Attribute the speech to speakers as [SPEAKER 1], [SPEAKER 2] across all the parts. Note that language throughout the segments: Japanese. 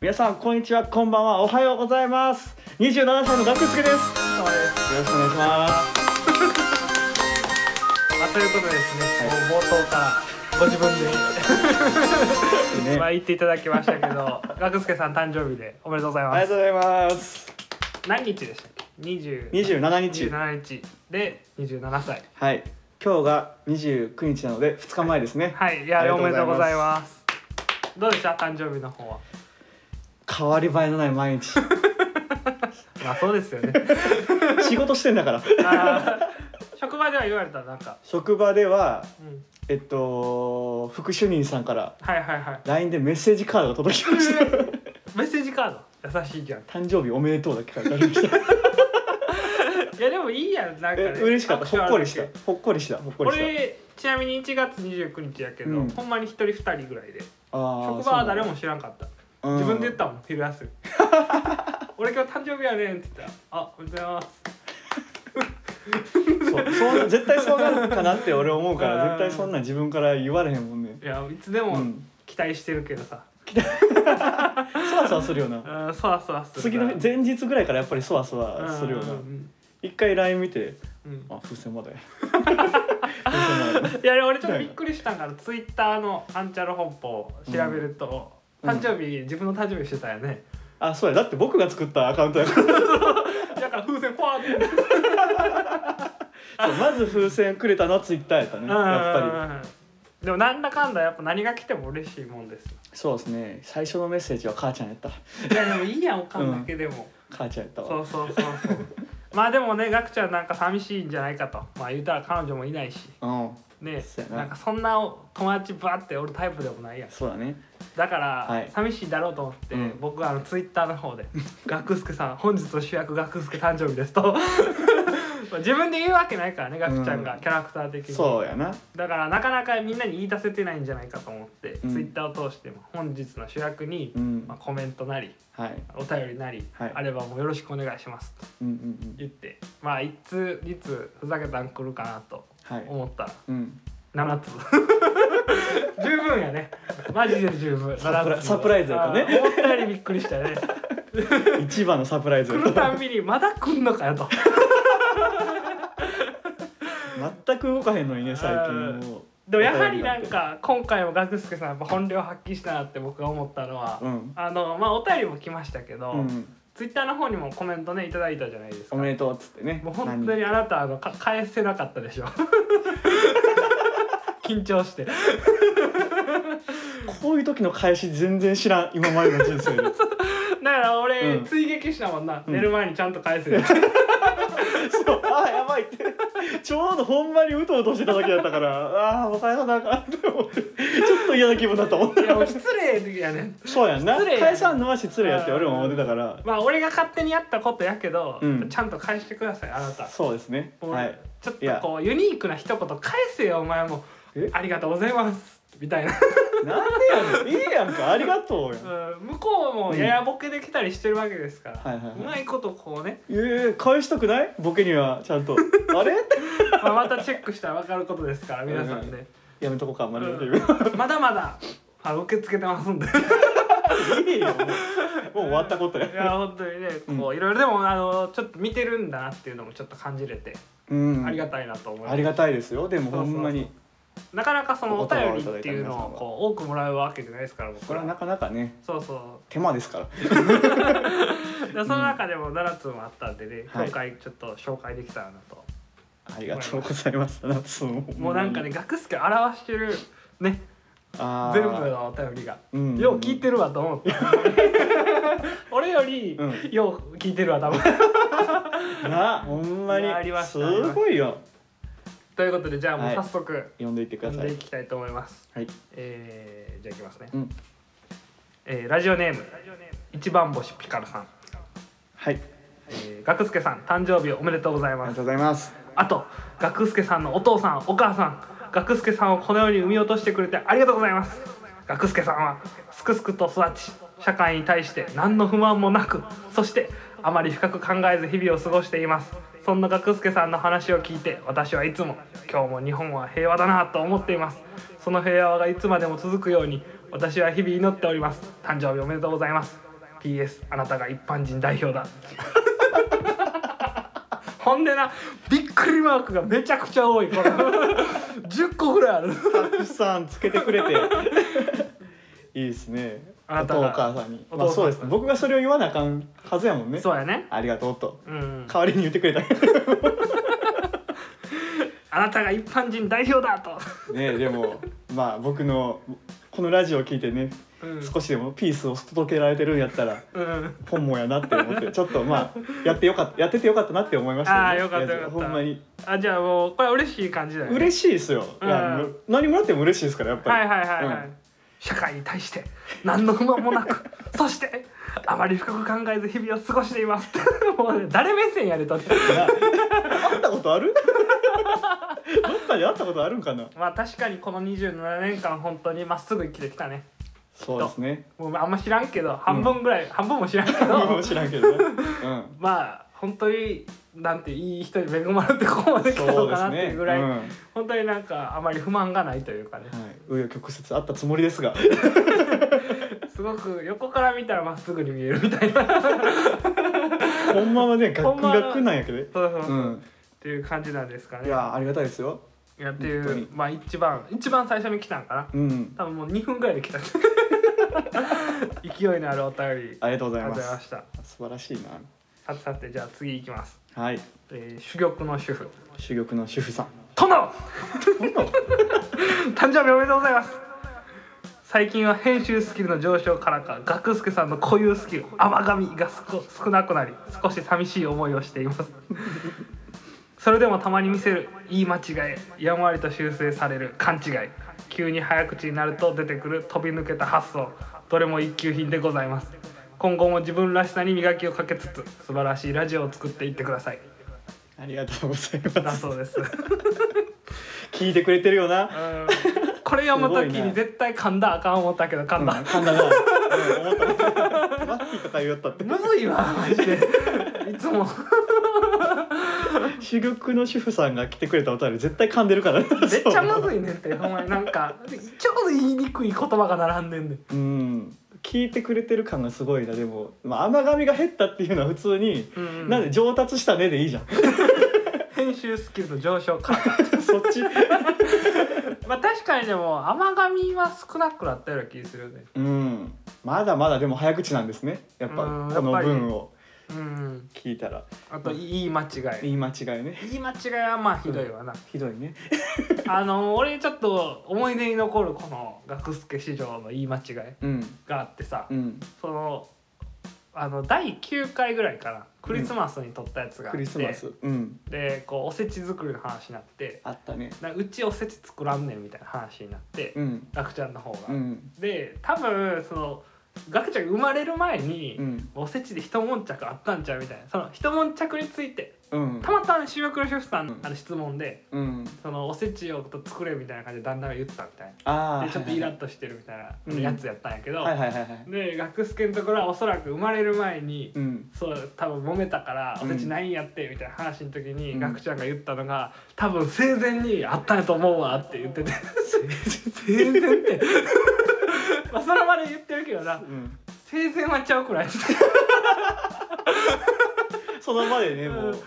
[SPEAKER 1] 皆さんこんにちはこんばんはおはようございます27歳のガクスケですどうもですよろしくお願いします
[SPEAKER 2] まあ、ということでですね、もう冒頭からご自分で
[SPEAKER 1] ね、
[SPEAKER 2] まあ言っていただきましたけ ど、学助さん誕生日でおめでとうござい
[SPEAKER 1] あ
[SPEAKER 2] ま
[SPEAKER 1] りがと
[SPEAKER 2] す。
[SPEAKER 1] うございます
[SPEAKER 2] 何日でしたっけ？二十
[SPEAKER 1] 27日
[SPEAKER 2] 27日で27歳。
[SPEAKER 1] はい今日が29日なので2日前ですね、
[SPEAKER 2] はい、い
[SPEAKER 1] あり
[SPEAKER 2] や
[SPEAKER 1] が
[SPEAKER 2] お
[SPEAKER 1] とう
[SPEAKER 2] め
[SPEAKER 1] ございます
[SPEAKER 2] でとうございます。どうでした誕生日の方は？
[SPEAKER 1] 変わり映えのない毎 日
[SPEAKER 2] まあそうですよね。
[SPEAKER 1] 仕事してんだから
[SPEAKER 2] あー職場では言われたなんか、
[SPEAKER 1] 職場では
[SPEAKER 2] うん、
[SPEAKER 1] えっと副主任さんから
[SPEAKER 2] はいはいはい。
[SPEAKER 1] LINE でメッセージカードが届きました
[SPEAKER 2] メッセージカード優しいじゃん。
[SPEAKER 1] 誕生日おめでとうだけ書いてありま した
[SPEAKER 2] いやでもいいやんなんか、ね
[SPEAKER 1] え、嬉しかったほっこりし
[SPEAKER 2] 握手あるだ
[SPEAKER 1] た
[SPEAKER 2] け
[SPEAKER 1] ほっこりしたほっこりした
[SPEAKER 2] 俺ちなみに1月29日やけど、
[SPEAKER 1] うん
[SPEAKER 2] ほんまに1人2人ぐらいで
[SPEAKER 1] あー
[SPEAKER 2] 職場は誰も知らんかった、
[SPEAKER 1] そうなんだ
[SPEAKER 2] 自分で
[SPEAKER 1] う
[SPEAKER 2] 言
[SPEAKER 1] ん
[SPEAKER 2] ったもん昼 休み俺今日誕生日やねんって言ったら「あおめでとうございます
[SPEAKER 1] そうそう絶対そうなるかなって俺思うか
[SPEAKER 2] うん
[SPEAKER 1] ら絶対そんなん自分から言われへんもんね」
[SPEAKER 2] いやいつで
[SPEAKER 1] う
[SPEAKER 2] も
[SPEAKER 1] ん
[SPEAKER 2] 期待してるけどさ、
[SPEAKER 1] そわそわするよな
[SPEAKER 2] うん、そわそわする
[SPEAKER 1] 次の日前日ぐらいからやっぱりそわそわするよ
[SPEAKER 2] う
[SPEAKER 1] なん一回 LINE 見て
[SPEAKER 2] うんうん
[SPEAKER 1] あ風船まだや風 船まだや
[SPEAKER 2] いやでも俺ちょっとびっくりしたんからツイッターの「アンチャル本舗」調べると、
[SPEAKER 1] うん
[SPEAKER 2] 誕生日自分の誕生日してたよね、
[SPEAKER 1] あそうやだって僕が作ったアカウントや から
[SPEAKER 2] だから風船 ポワーって
[SPEAKER 1] そうまず風船くれたのはツイッターやったねやっぱ
[SPEAKER 2] っぱりでもなんだかんだやっぱ何が来ても嬉しいもんですよ
[SPEAKER 1] りそうですね最初のメッセージは母ちゃんやった
[SPEAKER 2] いやでもいいやんおかんだけでも、
[SPEAKER 1] 母ちゃんやった
[SPEAKER 2] そ
[SPEAKER 1] わ
[SPEAKER 2] うそうそうそうまあでもねガクちゃんなんか寂しいんじゃないかとまあ言うたら彼女もいないし
[SPEAKER 1] うん
[SPEAKER 2] ね
[SPEAKER 1] そうやな
[SPEAKER 2] なんかそんな友達バーっておるタイプでもないやん
[SPEAKER 1] そうだね
[SPEAKER 2] だから、
[SPEAKER 1] はい
[SPEAKER 2] 寂しいだろうと思って、
[SPEAKER 1] うん
[SPEAKER 2] 僕はあのツイッターの方で 「ガクスケさん本日の主役ガクスケ誕生日です」と 自分で言うわけないからねガクちゃんが
[SPEAKER 1] うん
[SPEAKER 2] キャラクター的に、
[SPEAKER 1] そうやな
[SPEAKER 2] だからなかなかみんなに言い出せてないんじゃないかと思って、
[SPEAKER 1] うん
[SPEAKER 2] ツイッターを通しても本日の主役に、
[SPEAKER 1] うん
[SPEAKER 2] まあ、コメントなり
[SPEAKER 1] はい
[SPEAKER 2] お便りなり、
[SPEAKER 1] はい
[SPEAKER 2] あればもうよろしくお願いしますと
[SPEAKER 1] うんうんうん
[SPEAKER 2] 言ってまあいついつふざけたん来るかなと
[SPEAKER 1] はい
[SPEAKER 2] 思ったら
[SPEAKER 1] うん
[SPEAKER 2] 7つ 十分やねマジで十分
[SPEAKER 1] サプラ
[SPEAKER 2] 7つ
[SPEAKER 1] サプライズやったね
[SPEAKER 2] あー思ったよりびっくりしたよ ね
[SPEAKER 1] 一番のサプライズ
[SPEAKER 2] 来るたんびにまだ来んのかよと
[SPEAKER 1] 全く動かへんのにね最近もう
[SPEAKER 2] でもやはりなんか今回も学助さんやっぱ本領発揮したなって僕が思ったのは、
[SPEAKER 1] うん
[SPEAKER 2] あのまあお便りも来ましたけど、
[SPEAKER 1] うん
[SPEAKER 2] ツイッターの方にもコメントねいただいたじゃないですか
[SPEAKER 1] おめでとうっつってね
[SPEAKER 2] もう本当にあなたあのか返せなかったでしょ 緊張して
[SPEAKER 1] こういう時の返し全然知らん今までの 人生で
[SPEAKER 2] だから俺、
[SPEAKER 1] うん
[SPEAKER 2] 追撃したもんな、
[SPEAKER 1] うん
[SPEAKER 2] 寝る前にちゃんと 返せよ
[SPEAKER 1] そう あやばいってちょうどほんまにうとうとしてた時だったからああ返さなあかんって思ってちょっと嫌な気分だったもん
[SPEAKER 2] いやもう失礼やねん
[SPEAKER 1] そうやんな
[SPEAKER 2] 失礼やん
[SPEAKER 1] 返さんのは失礼やって俺も思ってたから
[SPEAKER 2] まあ俺が勝手にやったことやけど、
[SPEAKER 1] うん
[SPEAKER 2] ちゃんと返してくださいあなた
[SPEAKER 1] そうですね
[SPEAKER 2] もう
[SPEAKER 1] はい
[SPEAKER 2] ちょっとこうユニークな一言返せよお前も
[SPEAKER 1] え
[SPEAKER 2] ありがとうございますみたいな、
[SPEAKER 1] なんでやねんいいやんかありがとうやん
[SPEAKER 2] うん向こうもややボケできたりしてるわけですから、
[SPEAKER 1] はいはいはいう
[SPEAKER 2] まいことこうね、
[SPEAKER 1] えー、返したくないボケにはちゃんとあれって
[SPEAKER 2] まあ、またチェックしたら分かることですから皆さんね、
[SPEAKER 1] やめとこうかあんまり っていう
[SPEAKER 2] うんまだまだあの受け付けてますんでい
[SPEAKER 1] いいよもうもう終わったことや
[SPEAKER 2] や本当にねこ
[SPEAKER 1] う
[SPEAKER 2] ういろいろでもあのちょっと見てるんだなっていうのもちょっと感じれて、
[SPEAKER 1] うん
[SPEAKER 2] ありがたいなと思います
[SPEAKER 1] ありがたいですよでもほんまに
[SPEAKER 2] そうなかなかそのお便りっていうのをこう多くもらうわけじゃないですから僕
[SPEAKER 1] これ
[SPEAKER 2] ら
[SPEAKER 1] はなかなかね
[SPEAKER 2] そうそ
[SPEAKER 1] 手間ですから
[SPEAKER 2] うでその中でも7つもあったんでね、
[SPEAKER 1] はい
[SPEAKER 2] 今回ちょっと紹介できたらなと、
[SPEAKER 1] ありがとうございます夏も
[SPEAKER 2] もうなんかね学助を表してるね
[SPEAKER 1] あー
[SPEAKER 2] 全部のお便りが、
[SPEAKER 1] うん
[SPEAKER 2] よう聞いてるわと思 って、俺より、
[SPEAKER 1] う
[SPEAKER 2] よう聞いてるわ多分
[SPEAKER 1] なほんまに
[SPEAKER 2] ありました
[SPEAKER 1] すごいよ
[SPEAKER 2] ということでじゃあもう早速、
[SPEAKER 1] 読んでいってくだ
[SPEAKER 2] 読ん
[SPEAKER 1] さい
[SPEAKER 2] でいきたいと思います
[SPEAKER 1] はい
[SPEAKER 2] えー、じゃあいきますね、
[SPEAKER 1] うん
[SPEAKER 2] えーラジオネーム一番星ピカルさん
[SPEAKER 1] はい
[SPEAKER 2] えー、学助さん誕生日おめでとうござい
[SPEAKER 1] あり
[SPEAKER 2] ま
[SPEAKER 1] が
[SPEAKER 2] す
[SPEAKER 1] とうございます
[SPEAKER 2] あと学助さんのお父さんお母さん学助さんをこの世に産み落としてくれてありがとうございます学助さんはすくすくと育ち社会に対して何の不満もなくそしてあまり深く考えず日々を過ごしていますそんな学助さんの話を聞いて私はいつも今日も日本は平和だなと思っていますその平和がいつまでも続くように私は日々祈っております誕生日おめでとうございます PS あなたが一般人代表だほんでなびっくりマークがめちゃくちゃ多いこれ 10個ぐらいある
[SPEAKER 1] たくさんつけてくれ ていいですね
[SPEAKER 2] あな
[SPEAKER 1] お
[SPEAKER 2] た
[SPEAKER 1] 父お
[SPEAKER 2] が
[SPEAKER 1] 母さんに
[SPEAKER 2] お父さん
[SPEAKER 1] まあそうですね僕がそれを言わなあかんはずやもんね
[SPEAKER 2] そうやね
[SPEAKER 1] ありがとうと
[SPEAKER 2] うん
[SPEAKER 1] 代わりに言ってくれた
[SPEAKER 2] あなたが一般人代表だと、
[SPEAKER 1] ねでもまあ僕のこのラジオを聞いてね
[SPEAKER 2] うん
[SPEAKER 1] 少しでもピースを届けられてるんやったら
[SPEAKER 2] うん、
[SPEAKER 1] 本望やなって思 ってちょっとまあやってよかったやっててよかったなって思いました
[SPEAKER 2] あーよかったよかった
[SPEAKER 1] ほんまに
[SPEAKER 2] あじゃあもうこれは嬉しい感じだよね
[SPEAKER 1] 嬉しいですよ、
[SPEAKER 2] うん
[SPEAKER 1] いや何もらっても嬉しいですからやっぱり、
[SPEAKER 2] はいはいはいはい、
[SPEAKER 1] うん
[SPEAKER 2] 社会に対して何の不満もなく そしてあまり深く考えず日々を過ごしています もうね誰目線やれとね
[SPEAKER 1] な会ったことある どっかで会ったことあるんかな
[SPEAKER 2] まあ確かにこの27年間本当にまっすぐ生きてきたね
[SPEAKER 1] そうですね
[SPEAKER 2] もうあんま知らんけど半分ぐらい、半分も知らんけど
[SPEAKER 1] も知らんけ どね、うん
[SPEAKER 2] まあ本当になんていい人に恵まれてここまで来た
[SPEAKER 1] そ
[SPEAKER 2] の
[SPEAKER 1] うで
[SPEAKER 2] か
[SPEAKER 1] す
[SPEAKER 2] なってい
[SPEAKER 1] ね
[SPEAKER 2] うぐらい、
[SPEAKER 1] うんはい、
[SPEAKER 2] 本当になんかあまり不満がないというかね
[SPEAKER 1] 紆余曲折あったつもりですが
[SPEAKER 2] すごく横から見たらまっすぐに見えるみたいな
[SPEAKER 1] ほんまはねガ
[SPEAKER 2] ほん
[SPEAKER 1] ク
[SPEAKER 2] まは
[SPEAKER 1] ガクなんやけどね
[SPEAKER 2] そうそうそう、
[SPEAKER 1] う
[SPEAKER 2] っ
[SPEAKER 1] ん
[SPEAKER 2] ていう感じなんですかね
[SPEAKER 1] いやーありがたいですよ
[SPEAKER 2] いやって
[SPEAKER 1] 本
[SPEAKER 2] い
[SPEAKER 1] 当
[SPEAKER 2] う
[SPEAKER 1] に
[SPEAKER 2] まあ一番一番最初に来たんかな
[SPEAKER 1] うん
[SPEAKER 2] 多分もう2分ぐらいで来た 勢いのあるお便りあり
[SPEAKER 1] ありがとうござい
[SPEAKER 2] がと
[SPEAKER 1] ま
[SPEAKER 2] う
[SPEAKER 1] す
[SPEAKER 2] ございました
[SPEAKER 1] 素晴らしい
[SPEAKER 2] さてさてじゃあ次行きます、
[SPEAKER 1] なはい
[SPEAKER 2] えー、珠玉の主婦
[SPEAKER 1] 珠玉の主婦さん
[SPEAKER 2] 殿
[SPEAKER 1] ほんと
[SPEAKER 2] 誕生日おめでとうございます最近は編集スキルの上昇からか学助さんの固有スキル甘噛みがすこ少なくなり少し寂しい思いをしていますそれでもたまに見せる言い間違いやんわりと修正される勘違い急に早口になると出てくる飛び抜けた発想どれも一級品でございます今後も自分らしさに磨きをかけつつ素晴らしいラジオを作っていってください
[SPEAKER 1] ありがとうござい
[SPEAKER 2] だ
[SPEAKER 1] ます
[SPEAKER 2] そうです
[SPEAKER 1] 聞いてくれてるよな
[SPEAKER 2] うんこれ読むときに絶対噛んだらあかん思ったけど噛んだ、
[SPEAKER 1] 噛んだなうん思ったマッキーとか言おったって
[SPEAKER 2] むずいわマジでいつも
[SPEAKER 1] 珠玉の主婦さんが来てくれたお便り絶対噛んでるから
[SPEAKER 2] めっちゃむ
[SPEAKER 1] い
[SPEAKER 2] ずいねんってほんまになんかちょうど言いにくい言葉が並んでんね
[SPEAKER 1] う
[SPEAKER 2] ん
[SPEAKER 1] ん聞いてくれてる感がすごいなでも、まあ、甘噛みが減ったっていうのは普通に、
[SPEAKER 2] うん
[SPEAKER 1] なんで上達したねでいいじゃん
[SPEAKER 2] 編集スキルの上昇から
[SPEAKER 1] そっち
[SPEAKER 2] まあ確かにでも甘噛みは少なくなったような気するよね
[SPEAKER 1] うんまだまだでも早口なんですねやっぱ
[SPEAKER 2] うん
[SPEAKER 1] この
[SPEAKER 2] やっぱりね
[SPEAKER 1] 文を
[SPEAKER 2] うん
[SPEAKER 1] 聞いたら
[SPEAKER 2] あと言い間違い
[SPEAKER 1] 言い間違いね
[SPEAKER 2] 言い間違いはまあひどいわな、
[SPEAKER 1] ひどいね
[SPEAKER 2] あの俺ちょっと思い出に残るこの学助史上の言い間違い
[SPEAKER 1] うん
[SPEAKER 2] があってさ、
[SPEAKER 1] うん
[SPEAKER 2] そのあの第9回ぐらいかなクリスマスに撮ったやつがあって、
[SPEAKER 1] クリスマスうん
[SPEAKER 2] でこうおせち作りの話になって
[SPEAKER 1] あったね
[SPEAKER 2] なうちおせち作らんねんみたいな話になって、
[SPEAKER 1] うん
[SPEAKER 2] 楽ちゃんの方が。
[SPEAKER 1] うん
[SPEAKER 2] で多分その楽ちゃんが生まれる前に、
[SPEAKER 1] うん
[SPEAKER 2] おせちで一悶着あったんちゃうみたいなその一悶着について
[SPEAKER 1] うん
[SPEAKER 2] たまたま修学旅行さんの
[SPEAKER 1] うん
[SPEAKER 2] あの質問で、
[SPEAKER 1] うん
[SPEAKER 2] そのおせちを作れみたいな感じで旦那が言ってたみたい
[SPEAKER 1] あ
[SPEAKER 2] な
[SPEAKER 1] あ
[SPEAKER 2] でちょっとイラッとしてるみたいなやつやったんやけど、
[SPEAKER 1] はいはいはいはい
[SPEAKER 2] で学助のところはおそらく生まれる前に、
[SPEAKER 1] うん
[SPEAKER 2] そう多分揉めたから「お
[SPEAKER 1] うん
[SPEAKER 2] せちないんやって」みたいな話の時に、
[SPEAKER 1] うん
[SPEAKER 2] ガクちゃんが言ったのが「多分生前にあったんやと思うわ」って言ってて生前って まあそれまで言ってるけどな
[SPEAKER 1] うん
[SPEAKER 2] 生前はちゃうくらい
[SPEAKER 1] その場でねもう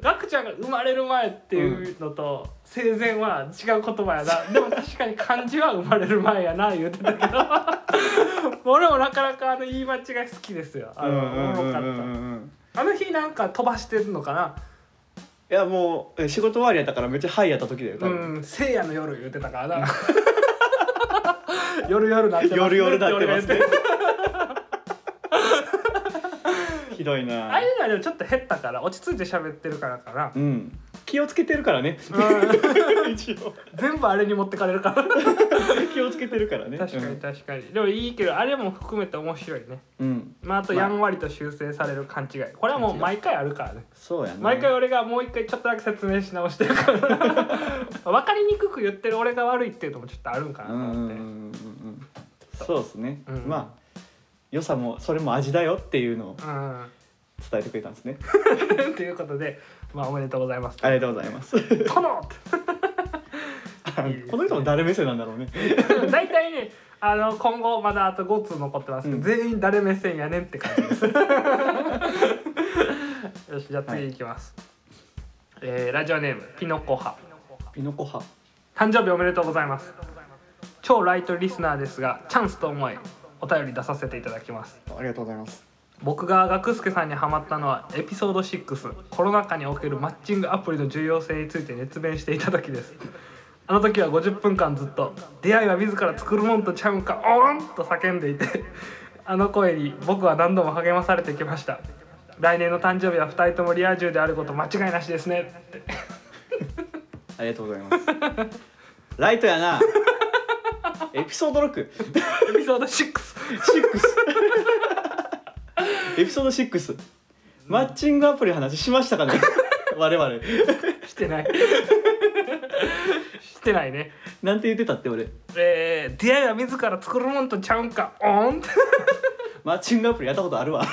[SPEAKER 2] ガクちゃんが生まれる前っていうのと、生前は違う言葉やなでも確かに漢字は生まれる前やな言ってたけど 俺もなかなかあの言い間違い好きですよあの、おもろかった。
[SPEAKER 1] うん
[SPEAKER 2] あの日なんか飛ばしてるのかな。
[SPEAKER 1] いやもうえ仕事終わりやったからめっちゃハイやった時だよ多
[SPEAKER 2] う
[SPEAKER 1] 分、
[SPEAKER 2] ん、聖夜の夜言ってたから な。 夜夜なってますね
[SPEAKER 1] 夜々なってますね
[SPEAKER 2] 俺が言
[SPEAKER 1] ひどい
[SPEAKER 2] ああ
[SPEAKER 1] な
[SPEAKER 2] いうのはでもちょっと減ったから落ち着いて喋ってるからかな。
[SPEAKER 1] うん気をつけてるからね
[SPEAKER 2] うん
[SPEAKER 1] 一応
[SPEAKER 2] 全部あれに持ってかれるから
[SPEAKER 1] 気をつけてるからね
[SPEAKER 2] 確かに確かにでもいいけどあれも含めて面白いね
[SPEAKER 1] うん、うん
[SPEAKER 2] まああとやんわりと修正される勘違いこれはもう毎回あるからね
[SPEAKER 1] そうやね
[SPEAKER 2] 毎回俺がもう一回ちょっとだけ説明し直してるから 分かりにくく言ってる俺が悪いっていうのもちょっとあるんかな
[SPEAKER 1] う
[SPEAKER 2] と
[SPEAKER 1] んうんう
[SPEAKER 2] 思っ
[SPEAKER 1] んう
[SPEAKER 2] て
[SPEAKER 1] んうんそうですね、
[SPEAKER 2] うん
[SPEAKER 1] まあ良さもそれも味だよっていうのを
[SPEAKER 2] うん
[SPEAKER 1] 伝えてくれたんです ね
[SPEAKER 2] ということで、まあ、おめでとうございます。
[SPEAKER 1] ありがとうございます
[SPEAKER 2] 殿って
[SPEAKER 1] この人も誰目線なんだろうね
[SPEAKER 2] 大体ね、あの今後まだあと5通残ってますけど、
[SPEAKER 1] うん
[SPEAKER 2] 全員誰目線やねんって感じです よしじゃあ次いきます、えーラジオネームピノコ派
[SPEAKER 1] ピノコ派
[SPEAKER 2] 誕生日おめでとうございます超ライトリスナーですがチャンスと思いお便り出させていただきます
[SPEAKER 1] ありがとうございます
[SPEAKER 2] 僕が学助さんにハマったのはエピソード6コロナ禍におけるマッチングアプリの重要性について熱弁していただきですあの時は50分間ずっと「出会いは自ら作るもんとちゃうんかおーん!」と叫んでいてあの声に僕は何度も励まされてきました来年の誕生日は2人ともリア充であること間違いなしですねって
[SPEAKER 1] ありがとうございますライトや なエピソード6
[SPEAKER 2] エピソード6
[SPEAKER 1] エピソード6マッチングアプリの話しましたか ね我々
[SPEAKER 2] してない してないね
[SPEAKER 1] なんて言ってたって俺
[SPEAKER 2] えー、出会いは自ら作るもんとちゃうんかおーんって
[SPEAKER 1] マッチングアプリやったことあるわ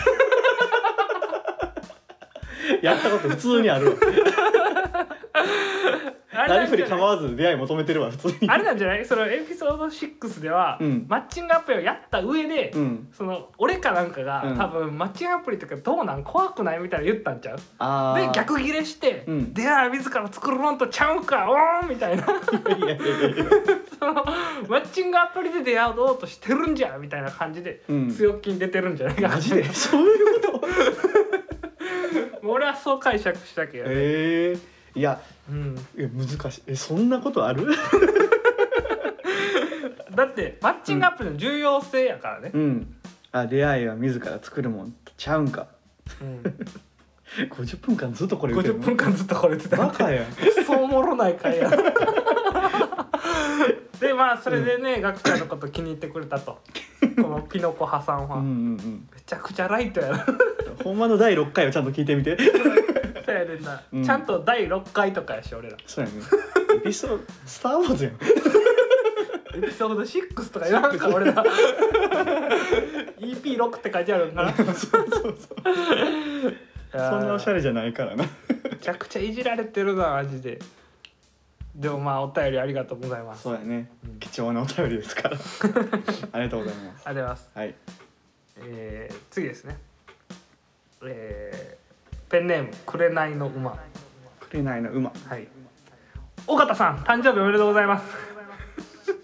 [SPEAKER 1] やったこと普通にあるわ
[SPEAKER 2] あ れ
[SPEAKER 1] 何
[SPEAKER 2] なん
[SPEAKER 1] 振
[SPEAKER 2] じ
[SPEAKER 1] り
[SPEAKER 2] ゃない
[SPEAKER 1] 構わず出会い求めてるわ普通に
[SPEAKER 2] あれなんじゃないそのエピソード6では、
[SPEAKER 1] うん
[SPEAKER 2] マッチングアプリをやった上で、
[SPEAKER 1] うん
[SPEAKER 2] その俺かなんかが、
[SPEAKER 1] うん
[SPEAKER 2] 多分マッチングアプリとかどうなん怖くないみたいな言ったんちゃう
[SPEAKER 1] あ
[SPEAKER 2] で逆ギレして、
[SPEAKER 1] うん
[SPEAKER 2] 出会いは自ら作るもんとちゃうんかおーんみたいな
[SPEAKER 1] いやいやいやいや
[SPEAKER 2] そのマッチングアプリで出会おうとしてるんじゃみたいな感じで、
[SPEAKER 1] うん
[SPEAKER 2] 強気に出てるんじゃないか
[SPEAKER 1] マジでそういうこと
[SPEAKER 2] 俺はそう解釈したけど、
[SPEAKER 1] ええいや
[SPEAKER 2] うん、
[SPEAKER 1] いや難しいえそんなことある
[SPEAKER 2] だってマッチングアプリの重要性やからね、
[SPEAKER 1] うんあ出会いは自ら作るもんちゃうんか
[SPEAKER 2] うん、
[SPEAKER 1] 50分間ずっとこれ言って
[SPEAKER 2] 50
[SPEAKER 1] るの
[SPEAKER 2] 分間ずっとこれってた
[SPEAKER 1] バカ やん
[SPEAKER 2] そうおもろない回や でまあそれでね、ガクちゃんのこと気に入ってくれたとこのピノコ派さんは、
[SPEAKER 1] うん
[SPEAKER 2] め
[SPEAKER 1] うんうん
[SPEAKER 2] ちゃくちゃライトやな
[SPEAKER 1] ほんまの第6回をちゃんと聞いてみて
[SPEAKER 2] そうやねんな、
[SPEAKER 1] うん
[SPEAKER 2] ちゃんと第6回とかやし俺ら
[SPEAKER 1] そうやねエピソード「スター・ウォーズ」やん
[SPEAKER 2] エピソード6とか言わんか俺 ら EP6 って書いてあるんかな
[SPEAKER 1] そうそうそうそんなおしゃ
[SPEAKER 2] れ
[SPEAKER 1] れじゃないからな
[SPEAKER 2] めちゃくちゃいじられてるなマジででもまあお便りありがとうございます
[SPEAKER 1] そうやね貴重なお便りです からありがとうございます
[SPEAKER 2] ありがとうございます
[SPEAKER 1] はい
[SPEAKER 2] えー次ですね、えーペンネーム「紅の馬」
[SPEAKER 1] 「紅の馬
[SPEAKER 2] はい尾形さん誕生日おめでとうございます」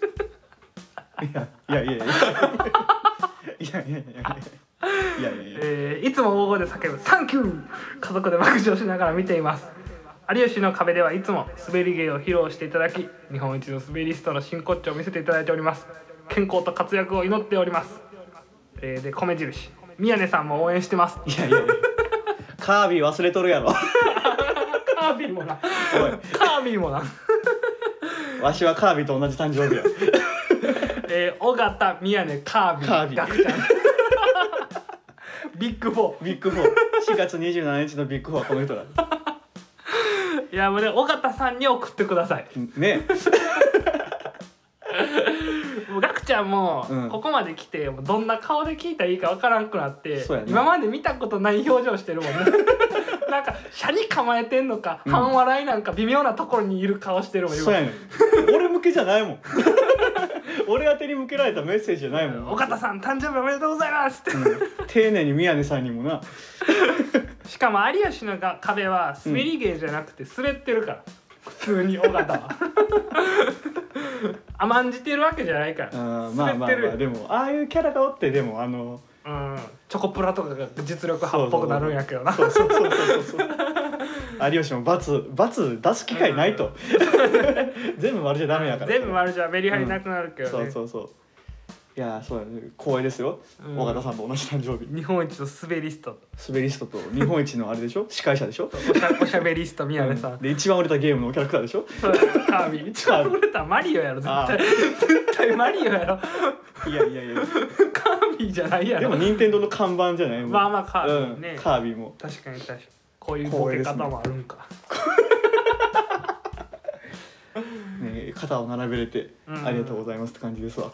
[SPEAKER 1] いやいやいやいやいやいやいやいやいやいやいやいや
[SPEAKER 2] えーいつも大声で叫ぶ「サンキュー!」家族で爆笑しながら見ています有吉の壁ではいつも滑り芸を披露していただき日本一の滑りストの真骨頂を見せていただいております健康と活躍を祈っております、えーで米印宮根さんも応援してます
[SPEAKER 1] いやいやいやカービィ忘れとるやろ
[SPEAKER 2] カービィもな
[SPEAKER 1] おい
[SPEAKER 2] カービィもな
[SPEAKER 1] わしはカービィと同じ誕生日や
[SPEAKER 2] えー、尾形宮根カービィ
[SPEAKER 1] カービィ
[SPEAKER 2] ガクちゃんビッグフォ
[SPEAKER 1] ビッグフォー4月27日のビッグフォーはこの人だ
[SPEAKER 2] ーいやもうね尾形さんに送ってください
[SPEAKER 1] ね
[SPEAKER 2] もうガクちゃんも
[SPEAKER 1] うん
[SPEAKER 2] ここまで来て、もうどんな顔で聞いたらいいかわからんくなって
[SPEAKER 1] そうやな
[SPEAKER 2] 今まで見たことない表情してるもんね なんか車に構えてんのか、
[SPEAKER 1] うん
[SPEAKER 2] 半笑いなんか微妙なところにいる顔してるもん
[SPEAKER 1] そうやねん俺向けじゃないもん俺宛てに向けられたメッセージじゃないもん
[SPEAKER 2] 尾形さん誕生日おめでとうございますって、
[SPEAKER 1] うん丁寧に宮根さんにもな
[SPEAKER 2] しかも有吉のが壁は滑り芸じゃなくて滑ってるから、普通に尾形は 甘んじてるわけじゃないから
[SPEAKER 1] あーまあまあま
[SPEAKER 2] 滑って
[SPEAKER 1] あ
[SPEAKER 2] る
[SPEAKER 1] でもああいうキャラがおってでもあの
[SPEAKER 2] うん、チョコプラとかが実力派っぽくなるんやけどな
[SPEAKER 1] そうそうそうそうそう有吉も罰罰出す機会ないと全部丸じゃダメやから
[SPEAKER 2] 全部丸じゃメリハリなくなるけどね、
[SPEAKER 1] そうそうそういやーそうやね光栄ですよ
[SPEAKER 2] うん
[SPEAKER 1] 尾形さんと同じ誕生日
[SPEAKER 2] 日本一の滑リスト
[SPEAKER 1] 滑りストと日本一のあれでしょ司会者でしょ
[SPEAKER 2] おしゃおしゃべりスト宮根さん、
[SPEAKER 1] で一番売れたゲームのキャラクターでしょ
[SPEAKER 2] そうカービ ィ一番売れたマリオやろ絶
[SPEAKER 1] あ
[SPEAKER 2] 対絶対マリオやろ
[SPEAKER 1] いやいやいや
[SPEAKER 2] カービィじゃないや
[SPEAKER 1] で
[SPEAKER 2] ろ
[SPEAKER 1] も任天堂の看板じゃないもん
[SPEAKER 2] まあまあカービィね
[SPEAKER 1] うん、カービィも
[SPEAKER 2] 確かに確かにこういうボケ方もあるんか、
[SPEAKER 1] ね肩を並べれて、
[SPEAKER 2] うん
[SPEAKER 1] ありがとうございますって感じですわ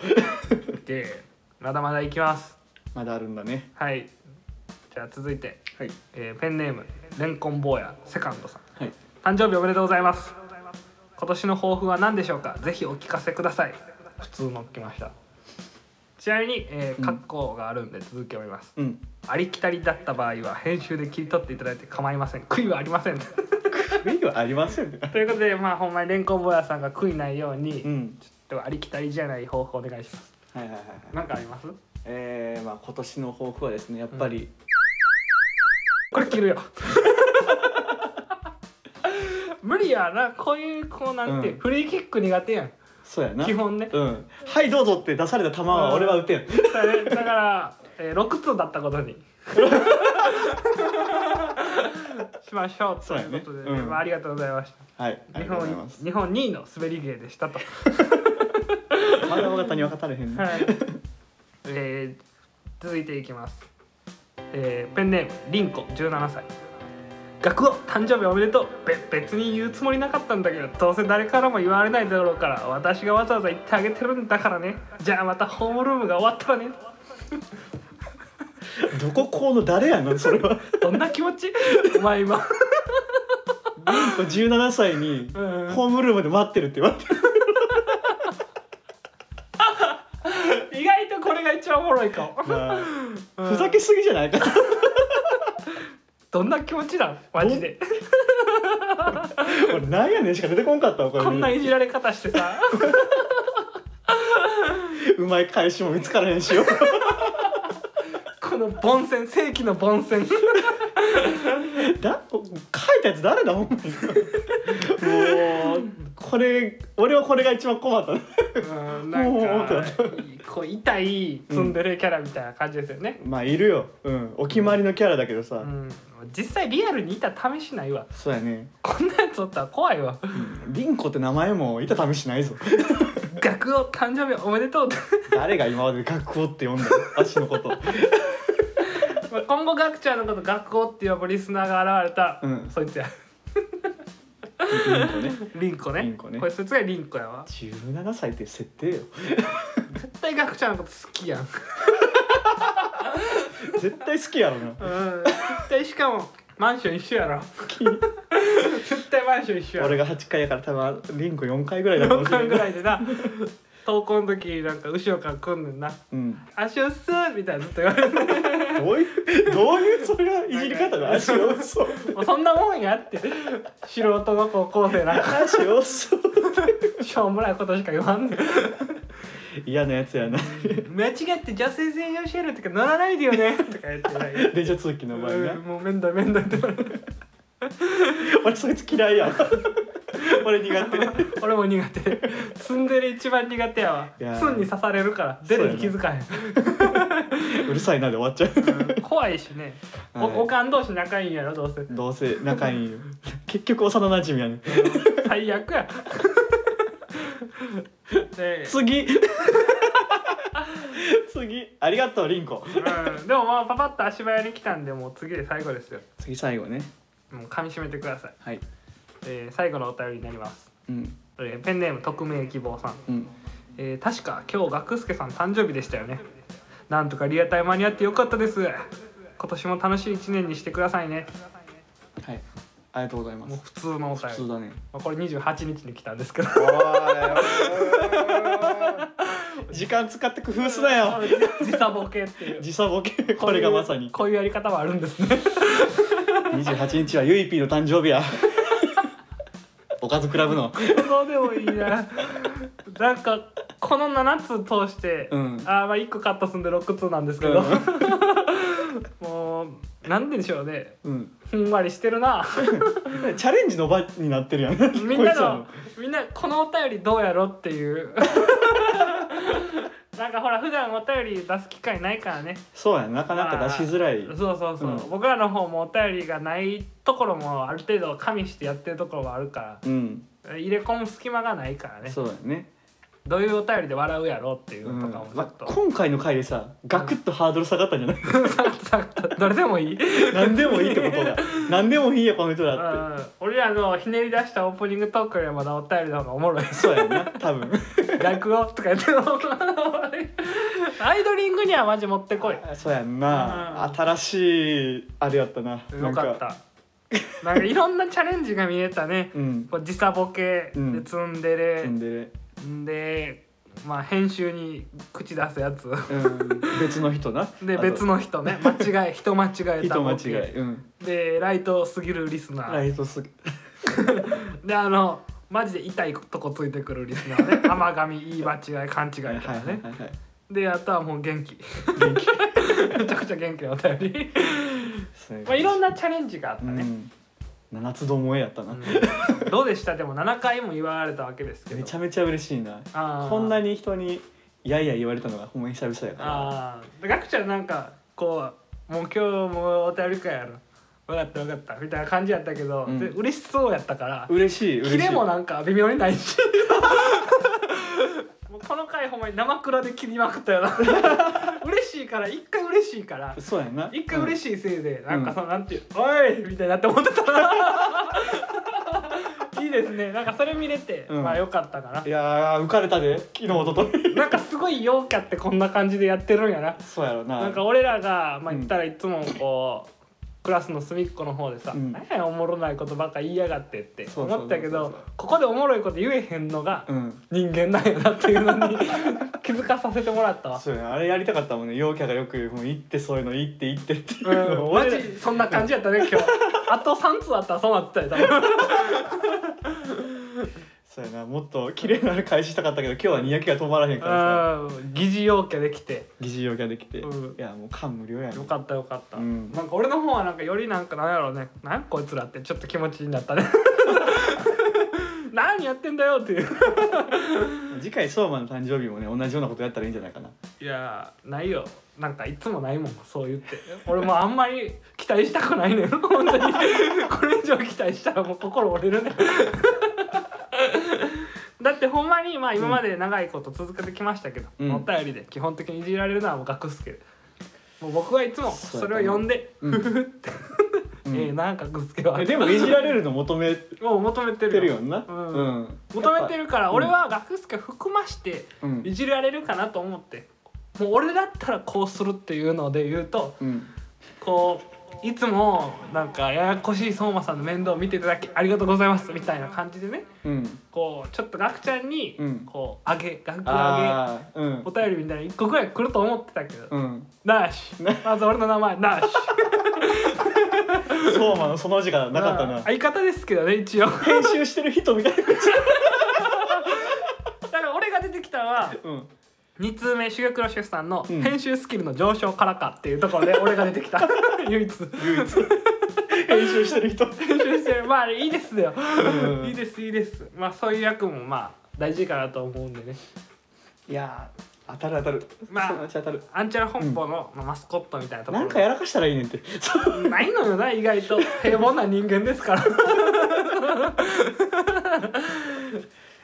[SPEAKER 2] でまだまだいきます
[SPEAKER 1] まだあるんだね
[SPEAKER 2] はいじゃあ続いて、
[SPEAKER 1] はい
[SPEAKER 2] えーペンネームレンコン坊やセカンドさん
[SPEAKER 1] はい
[SPEAKER 2] 誕生日おめでとうございます今年の抱負は何でしょうかぜひお聞かせください普通の来ましたちなみに、え
[SPEAKER 1] う
[SPEAKER 2] ー、
[SPEAKER 1] ん
[SPEAKER 2] 括弧があるんで続き読みます、
[SPEAKER 1] うん
[SPEAKER 2] ありきたりだった場合は編集で切り取っていただいて構いません 悔いはありません
[SPEAKER 1] 悔いはありませんね
[SPEAKER 2] ということでまあほんまにレンコン坊やさんが悔いないように、
[SPEAKER 1] うん
[SPEAKER 2] ではありきたりじゃない方法お願いします
[SPEAKER 1] はいはいはいはい
[SPEAKER 2] なんかあります
[SPEAKER 1] えー、まあ今年の抱負はですねやっぱり、
[SPEAKER 2] これ切るよ無理やなこういうこうなんて、
[SPEAKER 1] うん
[SPEAKER 2] フリーキック苦手やん
[SPEAKER 1] そうやな
[SPEAKER 2] 基本 ね
[SPEAKER 1] うんはいどうぞって出された球は俺は打てん
[SPEAKER 2] だからだから、えー、6通だったこと にしましょうと
[SPEAKER 1] そう
[SPEAKER 2] い
[SPEAKER 1] や
[SPEAKER 2] う
[SPEAKER 1] ね
[SPEAKER 2] ことで、
[SPEAKER 1] うん
[SPEAKER 2] まあ、ありがとうございまし
[SPEAKER 1] はいあ
[SPEAKER 2] た
[SPEAKER 1] り
[SPEAKER 2] 日
[SPEAKER 1] がとうござい
[SPEAKER 2] 本
[SPEAKER 1] ます
[SPEAKER 2] 日本2位の滑り芸でしたと、
[SPEAKER 1] まだ尾形に分かたれへんね、
[SPEAKER 2] はいえー続いていきます、えーペンネームりんこ17歳学を誕生日おめでとうべ別に言うつもりなかったんだけどどうせ誰からも言われないだろうから私がわざわざ言ってあげてるんだからねじゃあまたホームルームが終わったらね
[SPEAKER 1] どここの誰やのそれは
[SPEAKER 2] どんな気持ちお前今
[SPEAKER 1] 17歳に
[SPEAKER 2] うん
[SPEAKER 1] ホームルームで待ってるって言われて
[SPEAKER 2] 意外とこれが一番おもろいかも
[SPEAKER 1] るな
[SPEAKER 2] うん
[SPEAKER 1] ふざけすぎじゃないか
[SPEAKER 2] どんな気持ちなんマジで
[SPEAKER 1] 俺なんやねんしか出てこんかったわこれ
[SPEAKER 2] こんないじられ方してさ
[SPEAKER 1] うまい返しも見つからへんし よ
[SPEAKER 2] この凡戦世紀の凡戦
[SPEAKER 1] だ書いたやつ誰だほん まにもうこれ俺はこれが一番困ったな
[SPEAKER 2] うんな
[SPEAKER 1] もう思
[SPEAKER 2] ん
[SPEAKER 1] って
[SPEAKER 2] か
[SPEAKER 1] な
[SPEAKER 2] こう痛いツンデレキャラみたいな感じですよね、
[SPEAKER 1] まあいるよ、うん、お決まりのキャラだけどさ、
[SPEAKER 2] うん実際リアルにいた試しないわ
[SPEAKER 1] そうやね
[SPEAKER 2] こんなやつおったら怖いわ
[SPEAKER 1] 凛子って名前もいた試しない ぞ
[SPEAKER 2] 学を誕生日おめでとうって
[SPEAKER 1] 誰が今まで学校って呼んだの私のこと
[SPEAKER 2] まあ今後学長のこと学校って呼ぶリスナーが現れた、
[SPEAKER 1] うん
[SPEAKER 2] そいつや
[SPEAKER 1] 凛子ね
[SPEAKER 2] リンコね
[SPEAKER 1] リンコね
[SPEAKER 2] これそいつがリンコやわ
[SPEAKER 1] 17歳って設定よ
[SPEAKER 2] 絶対学長のこと好 きやん
[SPEAKER 1] 絶対好きやろな
[SPEAKER 2] うん絶対しかもマンション一緒や ろ絶対マンション一緒や
[SPEAKER 1] 俺
[SPEAKER 2] ろ
[SPEAKER 1] が8回やから多分凛子4回ぐらいだと
[SPEAKER 2] 4
[SPEAKER 1] 思う
[SPEAKER 2] 巻ぐらいでな 投稿の時なんか後ろから来んねんな
[SPEAKER 1] うん
[SPEAKER 2] 「足をすー」みたいなずっと言われる
[SPEAKER 1] どういうどういうそれがいじり方だ足をそう
[SPEAKER 2] もうそんなもんやって素人の高校生なんか
[SPEAKER 1] 足をそう
[SPEAKER 2] しょうもないことしか言わんねん
[SPEAKER 1] 嫌なやつやな
[SPEAKER 2] 間違って女性専用シェルとか乗らないでよねとか言ってない
[SPEAKER 1] 電車通勤の場合な
[SPEAKER 2] うんもうめんどいめんどいってなる
[SPEAKER 1] 俺そいつ嫌いやん俺苦手
[SPEAKER 2] 俺も苦手ツンデレ一番苦手やわ
[SPEAKER 1] いやー
[SPEAKER 2] ツンに刺されるからデレに気づかへん
[SPEAKER 1] うるさいなで終わっちゃう
[SPEAKER 2] うん怖いしね、
[SPEAKER 1] はい
[SPEAKER 2] おおかん同士仲いいんやろどうせ
[SPEAKER 1] どうせ仲いいよ結局幼馴染やねん
[SPEAKER 2] 最悪やで,、
[SPEAKER 1] 次次ありがとうリンコ
[SPEAKER 2] うん、でもまあパパッと足早に来たんでもう次で最後ですよ
[SPEAKER 1] 次最後ね
[SPEAKER 2] もう噛み締めてください、
[SPEAKER 1] はい
[SPEAKER 2] えー最後のお便りになります、
[SPEAKER 1] うん
[SPEAKER 2] えーペンネーム匿名希望さん、
[SPEAKER 1] うん
[SPEAKER 2] えー確か今日学助さん誕生日でしたよねなんとかリアタイ間に合ってよかったです今年も楽しい一年にしてくださいね
[SPEAKER 1] はいありがとうございま
[SPEAKER 2] もう
[SPEAKER 1] す
[SPEAKER 2] 普通のお便
[SPEAKER 1] 普
[SPEAKER 2] り
[SPEAKER 1] 通、だね
[SPEAKER 2] まあ、これ28日に来たんですけど
[SPEAKER 1] おーい時間使って工夫すなよ
[SPEAKER 2] 時差ボケっていう
[SPEAKER 1] 時差ボケ これがまさに
[SPEAKER 2] こういうやり方はあるんですね
[SPEAKER 1] 28日はゆいぴーの誕生日やおかずクラブの
[SPEAKER 2] どうでもいいななんかこの7つ通して、
[SPEAKER 1] うん
[SPEAKER 2] あーまあ1個カットすんで6つなんですけど、もうなんででしょうね
[SPEAKER 1] うん
[SPEAKER 2] ふんわりしてるな
[SPEAKER 1] チャレンジの場になってるやん
[SPEAKER 2] みんなのみんなこのお便りどうやろっていう なんかほら普段お便り出す機会ないからね
[SPEAKER 1] そうやなかなか出しづらい
[SPEAKER 2] そうそうそう、
[SPEAKER 1] うん
[SPEAKER 2] 僕らの方もお便りがないところもある程度加味してやってるところはあるか
[SPEAKER 1] うん
[SPEAKER 2] ら入れ込む隙間がないからね
[SPEAKER 1] そうやね、
[SPEAKER 2] どういうお便りで笑うやろっていう
[SPEAKER 1] うん
[SPEAKER 2] とかもちょ
[SPEAKER 1] まあ、
[SPEAKER 2] っと、
[SPEAKER 1] 今回の回でさガクッとハードル下がったんじゃ ない
[SPEAKER 2] さっきどれでもいい、 うん、
[SPEAKER 1] 何でもいいってことだ何でもいいやこの人だっ
[SPEAKER 2] 俺らのひねり出したオープニングトークよりまだお便りの方がおも ろい
[SPEAKER 1] てそうやんな多分
[SPEAKER 2] 学語とか言ってる方がおもろいアイドリングにはマジ持ってこいよ
[SPEAKER 1] そうやん
[SPEAKER 2] う
[SPEAKER 1] なん新しいあれやったななん
[SPEAKER 2] かったなんかいろんなチャレンジが見えたね
[SPEAKER 1] うん
[SPEAKER 2] こう時差ボケ、
[SPEAKER 1] うん
[SPEAKER 2] でツンデレ、
[SPEAKER 1] ツンデレ
[SPEAKER 2] でまあ編集に口出すやつ
[SPEAKER 1] うん、別の人な
[SPEAKER 2] で別
[SPEAKER 1] の
[SPEAKER 2] の 人ね間違い人間違えた
[SPEAKER 1] 人
[SPEAKER 2] ボ
[SPEAKER 1] 間
[SPEAKER 2] ケ
[SPEAKER 1] 違い、うん、
[SPEAKER 2] でライトすぎるリスナー、
[SPEAKER 1] ライトすぎ
[SPEAKER 2] であのマジで痛いとこついてくるリスナー ね甘噛み言い間違い勘違いとか
[SPEAKER 1] はい
[SPEAKER 2] ね、
[SPEAKER 1] はいはいはい
[SPEAKER 2] であとはもう元気
[SPEAKER 1] 元気
[SPEAKER 2] めちゃくちゃ元気なお便り
[SPEAKER 1] そういう
[SPEAKER 2] まあいろんなチャレンジがあった
[SPEAKER 1] う
[SPEAKER 2] ね、
[SPEAKER 1] ん、七つどもえやったな、
[SPEAKER 2] うんどうでしたでも7回も言われたわけですけど
[SPEAKER 1] めちゃめちゃ嬉しいな
[SPEAKER 2] あー
[SPEAKER 1] こんなに人にいやいや言われたのがほんまに久々やから
[SPEAKER 2] ああでガクちゃんなんかこうもう今日もお便り会やろ分かった分かったみたいな感じやったけど、
[SPEAKER 1] うん
[SPEAKER 2] で嬉しそうやったから
[SPEAKER 1] 嬉しい嬉し
[SPEAKER 2] キ
[SPEAKER 1] い
[SPEAKER 2] レもなんか微妙にないし もうこの回ほんまに生クラで切りまくったよな 嬉しいから一回嬉しいから
[SPEAKER 1] そうやんな
[SPEAKER 2] 一回嬉
[SPEAKER 1] し
[SPEAKER 2] しいせいで、なんかそのなんていう「おい!」みたいにな って思ってたないいですねなんかそれ見れて、
[SPEAKER 1] うん
[SPEAKER 2] まあよかったかない
[SPEAKER 1] やー浮かれたで昨日 おととい
[SPEAKER 2] なんかすごい陽キャってこんな感じでやってるんやな
[SPEAKER 1] そうやろな
[SPEAKER 2] なんか俺らが、まあ、
[SPEAKER 1] うん
[SPEAKER 2] 言ったらいつもこう、クラスの隅っこの方でさ
[SPEAKER 1] うん
[SPEAKER 2] 「何やおもろないことばっか言いやがって」って
[SPEAKER 1] そうそうそうそう
[SPEAKER 2] 思ったけどここでおもろいこと言えへんのが
[SPEAKER 1] うん
[SPEAKER 2] 人間なんやなっていうのに 気づかさせてもらったわ。
[SPEAKER 1] そうやあれやりたかったもんね陽キャがよくもう行ってそういうの行って行ってっていううの
[SPEAKER 2] ん、
[SPEAKER 1] を
[SPEAKER 2] マ
[SPEAKER 1] 俺ら
[SPEAKER 2] ジそんな感じやったね今日 あと3通あったらそうなってたよ多分
[SPEAKER 1] そうやなもっと綺麗なる開始したかったけど今日はにやけが止まらへんからさ
[SPEAKER 2] うん疑似陽キャできて
[SPEAKER 1] 疑似陽キャできて、
[SPEAKER 2] う
[SPEAKER 1] い
[SPEAKER 2] ん
[SPEAKER 1] やもう感無量やね
[SPEAKER 2] よかったよかった、
[SPEAKER 1] うん
[SPEAKER 2] なんか俺の方はなんかよりなんかなんやろうねなんこいつらってちょっと気持ちになったね 何やってんだよっていう
[SPEAKER 1] 次回相馬の誕生日もね同じようなことやったらいいんじゃないかない
[SPEAKER 2] やーないよなんかいつもないもんそう言って俺もあんまり期待したくないのよ 本当にこれ以上期待したらもう心折れるね だってほんまにまあ今まで長いこと続けてきましたけど、
[SPEAKER 1] うん
[SPEAKER 2] お便りで基本的にいじられるのはもう学助もう僕はいつも
[SPEAKER 1] そう
[SPEAKER 2] そ
[SPEAKER 1] やった
[SPEAKER 2] れ
[SPEAKER 1] な
[SPEAKER 2] を読んで「
[SPEAKER 1] うん
[SPEAKER 2] ふふって
[SPEAKER 1] う
[SPEAKER 2] 「
[SPEAKER 1] ん
[SPEAKER 2] ええな学助は」
[SPEAKER 1] えでもいじられるの求めて
[SPEAKER 2] もう求めてるよ
[SPEAKER 1] るよんな、
[SPEAKER 2] うん
[SPEAKER 1] ん
[SPEAKER 2] 求めてるから
[SPEAKER 1] うん
[SPEAKER 2] 俺は学助含まして
[SPEAKER 1] うん
[SPEAKER 2] いじられるかなと思ってもう俺だったらこうするっていうので言うと
[SPEAKER 1] うん
[SPEAKER 2] こういつもなんかややこしい相馬さんの面倒を見ていただきありがとうございますみたいな感じでね
[SPEAKER 1] うん
[SPEAKER 2] こうちょっとガクちゃんに
[SPEAKER 1] うん
[SPEAKER 2] こうあげガク
[SPEAKER 1] あ
[SPEAKER 2] あ
[SPEAKER 1] あうん
[SPEAKER 2] げお便りみたいな一個ぐらい来ると思ってたけど
[SPEAKER 1] うん
[SPEAKER 2] なしまず俺の名前なし
[SPEAKER 1] 相馬のその字がなかった
[SPEAKER 2] まあ
[SPEAKER 1] な
[SPEAKER 2] 相方ですけどね一応だ
[SPEAKER 1] 編集してる人みたいな
[SPEAKER 2] から俺が出てきたのは
[SPEAKER 1] うん
[SPEAKER 2] 2通目主役の主婦さんの
[SPEAKER 1] うん
[SPEAKER 2] 編集スキルの上昇からかっていう ところで俺が出てきた 唯一
[SPEAKER 1] 唯一編集してる人
[SPEAKER 2] 編集してるまああれいいですよ
[SPEAKER 1] うん
[SPEAKER 2] いいですいいですまあそういう役もまあ大事かなと思うんでね
[SPEAKER 1] いやー当たる当たる
[SPEAKER 2] まあ
[SPEAKER 1] そのうち当たる
[SPEAKER 2] アンチャラ本舗のまあマスコットみたいなとこ
[SPEAKER 1] な
[SPEAKER 2] ろ
[SPEAKER 1] んかやらかしたらいいねんって
[SPEAKER 2] ないのよな意外 と平凡な人間ですから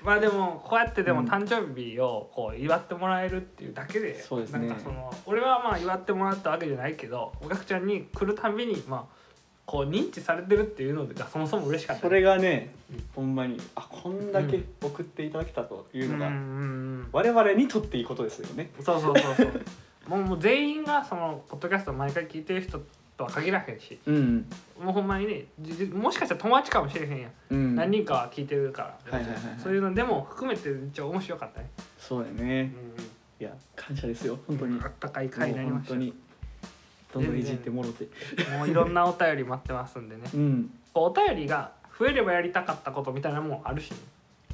[SPEAKER 2] まあでもこうやってでも
[SPEAKER 1] うん
[SPEAKER 2] 誕生日をこう祝ってもらえるっていうだけで,、
[SPEAKER 1] そうですね
[SPEAKER 2] なんかその俺はまあ祝ってもらったわけじゃないけどお客ちゃんに来るたびにまあこう認知されてるっていうのがそもそも嬉しかった
[SPEAKER 1] そ
[SPEAKER 2] ね、
[SPEAKER 1] れがねほんまにあこんだけ送っていただけたというのが、
[SPEAKER 2] うんうん
[SPEAKER 1] 我々にとっていいことですよね
[SPEAKER 2] うんそうそうそうそう もうもう全員がそのポッドキャストを毎回聞いてる人とは限らへんし
[SPEAKER 1] うん
[SPEAKER 2] もうほんまにねじじもしかしたら友達かもしれへんやん
[SPEAKER 1] うん
[SPEAKER 2] 何人かは聞いてるから、
[SPEAKER 1] はいはいはいはい
[SPEAKER 2] そういうのでも含めて一応面白かったね、
[SPEAKER 1] そうだよね
[SPEAKER 2] う
[SPEAKER 1] いや感謝ですよ本当
[SPEAKER 2] ん
[SPEAKER 1] に
[SPEAKER 2] あったかい回になり
[SPEAKER 1] もう
[SPEAKER 2] ま
[SPEAKER 1] 本
[SPEAKER 2] し
[SPEAKER 1] 当
[SPEAKER 2] た
[SPEAKER 1] にどんど
[SPEAKER 2] も
[SPEAKER 1] んいじってもろて
[SPEAKER 2] ういろんなお便り待ってますんでね
[SPEAKER 1] うん
[SPEAKER 2] お便りが増えればやりたかったことみたいなのもあるしね、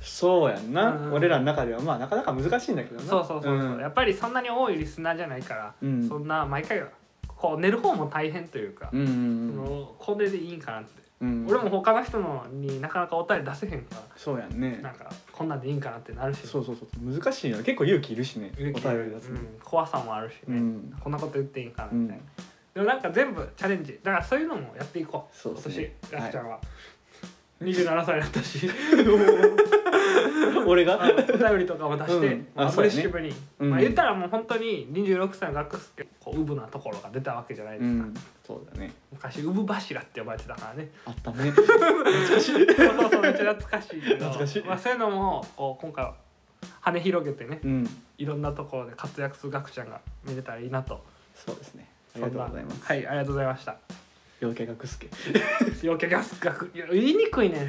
[SPEAKER 1] そうやんな、
[SPEAKER 2] うん
[SPEAKER 1] 俺らの中ではまあなかなか難しいんだけどな
[SPEAKER 2] そうそうそうそう、
[SPEAKER 1] ん
[SPEAKER 2] やっぱりそんなに多いリスナーじゃないから、
[SPEAKER 1] うん
[SPEAKER 2] そんな毎回こう寝る方も大変というか、
[SPEAKER 1] うんうん
[SPEAKER 2] そのこれでいいんかなって、
[SPEAKER 1] うんうん
[SPEAKER 2] 俺も他の人のになかなかお便り出せへんか
[SPEAKER 1] そうやん
[SPEAKER 2] ら
[SPEAKER 1] ね
[SPEAKER 2] なんかこんなんでいいんかなってなるし
[SPEAKER 1] そうそうそう難しいよ結構勇気いるしねお便
[SPEAKER 2] 勇
[SPEAKER 1] り
[SPEAKER 2] 気
[SPEAKER 1] 出す
[SPEAKER 2] う
[SPEAKER 1] の
[SPEAKER 2] ん、怖さもあるし
[SPEAKER 1] う
[SPEAKER 2] ね、
[SPEAKER 1] ん
[SPEAKER 2] こんなこと言っていいんかな
[SPEAKER 1] う
[SPEAKER 2] み
[SPEAKER 1] ん
[SPEAKER 2] たいな、でもなんか全部チャレンジだからそういうのもやっていこう
[SPEAKER 1] そうですね
[SPEAKER 2] 今年
[SPEAKER 1] はい
[SPEAKER 2] ラクちゃんは、27歳になった し
[SPEAKER 1] 俺が
[SPEAKER 2] あのお便りとかも出して、
[SPEAKER 1] うん
[SPEAKER 2] まあ
[SPEAKER 1] あ
[SPEAKER 2] アグ
[SPEAKER 1] そう
[SPEAKER 2] レ
[SPEAKER 1] やね
[SPEAKER 2] ッシブに、
[SPEAKER 1] うん
[SPEAKER 2] まあ、言ったらもう本当に26歳の学生こうウブなところが出たわけじゃないで
[SPEAKER 1] う
[SPEAKER 2] すか、
[SPEAKER 1] んそうだね
[SPEAKER 2] 昔ウブ柱って呼ばれてたか らね
[SPEAKER 1] あったね
[SPEAKER 2] そうそうそうめっちゃ懐かしいけど
[SPEAKER 1] 懐かしい
[SPEAKER 2] まあ、そういうのもこう今回は羽広げてね
[SPEAKER 1] うん
[SPEAKER 2] いろんなところで活躍する学ちゃんが見れたらいいなと
[SPEAKER 1] そうですねあ
[SPEAKER 2] そ
[SPEAKER 1] り
[SPEAKER 2] んな
[SPEAKER 1] がとうございます
[SPEAKER 2] はいありがとうございました
[SPEAKER 1] 陽キャ学助
[SPEAKER 2] 陽キャガスガ クいや言いにくいねん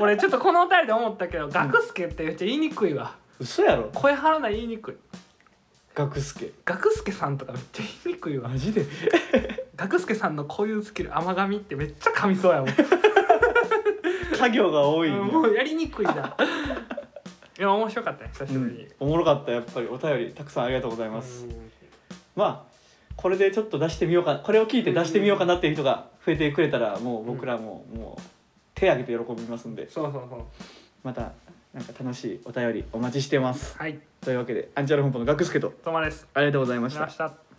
[SPEAKER 2] 俺ちょっとこのお便りで思ったけど「ガクスケ」ってめっちゃ言いにくいわ
[SPEAKER 1] 嘘やろ
[SPEAKER 2] 声張らない言いにくい
[SPEAKER 1] 学助
[SPEAKER 2] 学助さんとかめっちゃ言いにくいわ
[SPEAKER 1] マジで
[SPEAKER 2] 学助さんのこういうスキル甘噛みってめっちゃ噛みそうやもん
[SPEAKER 1] 家業が 多いんや
[SPEAKER 2] うんもうやりにくいないや面白かったね久しぶりに、
[SPEAKER 1] おもろかったやっぱりお便りたくさんありがとうございます、まあこれでちょっと出してみようかこれを聞いて出してみようかなっていう人が増えてくれたらもう僕らも、もう手挙げて喜びますんで
[SPEAKER 2] そうそうそう
[SPEAKER 1] またなんか楽しいお便りお待ちしてます
[SPEAKER 2] はい
[SPEAKER 1] というわけでアンチャル本舗の学助と
[SPEAKER 2] とまです
[SPEAKER 1] ありがとうございま
[SPEAKER 2] あ
[SPEAKER 1] し
[SPEAKER 2] り
[SPEAKER 1] た
[SPEAKER 2] がとうございました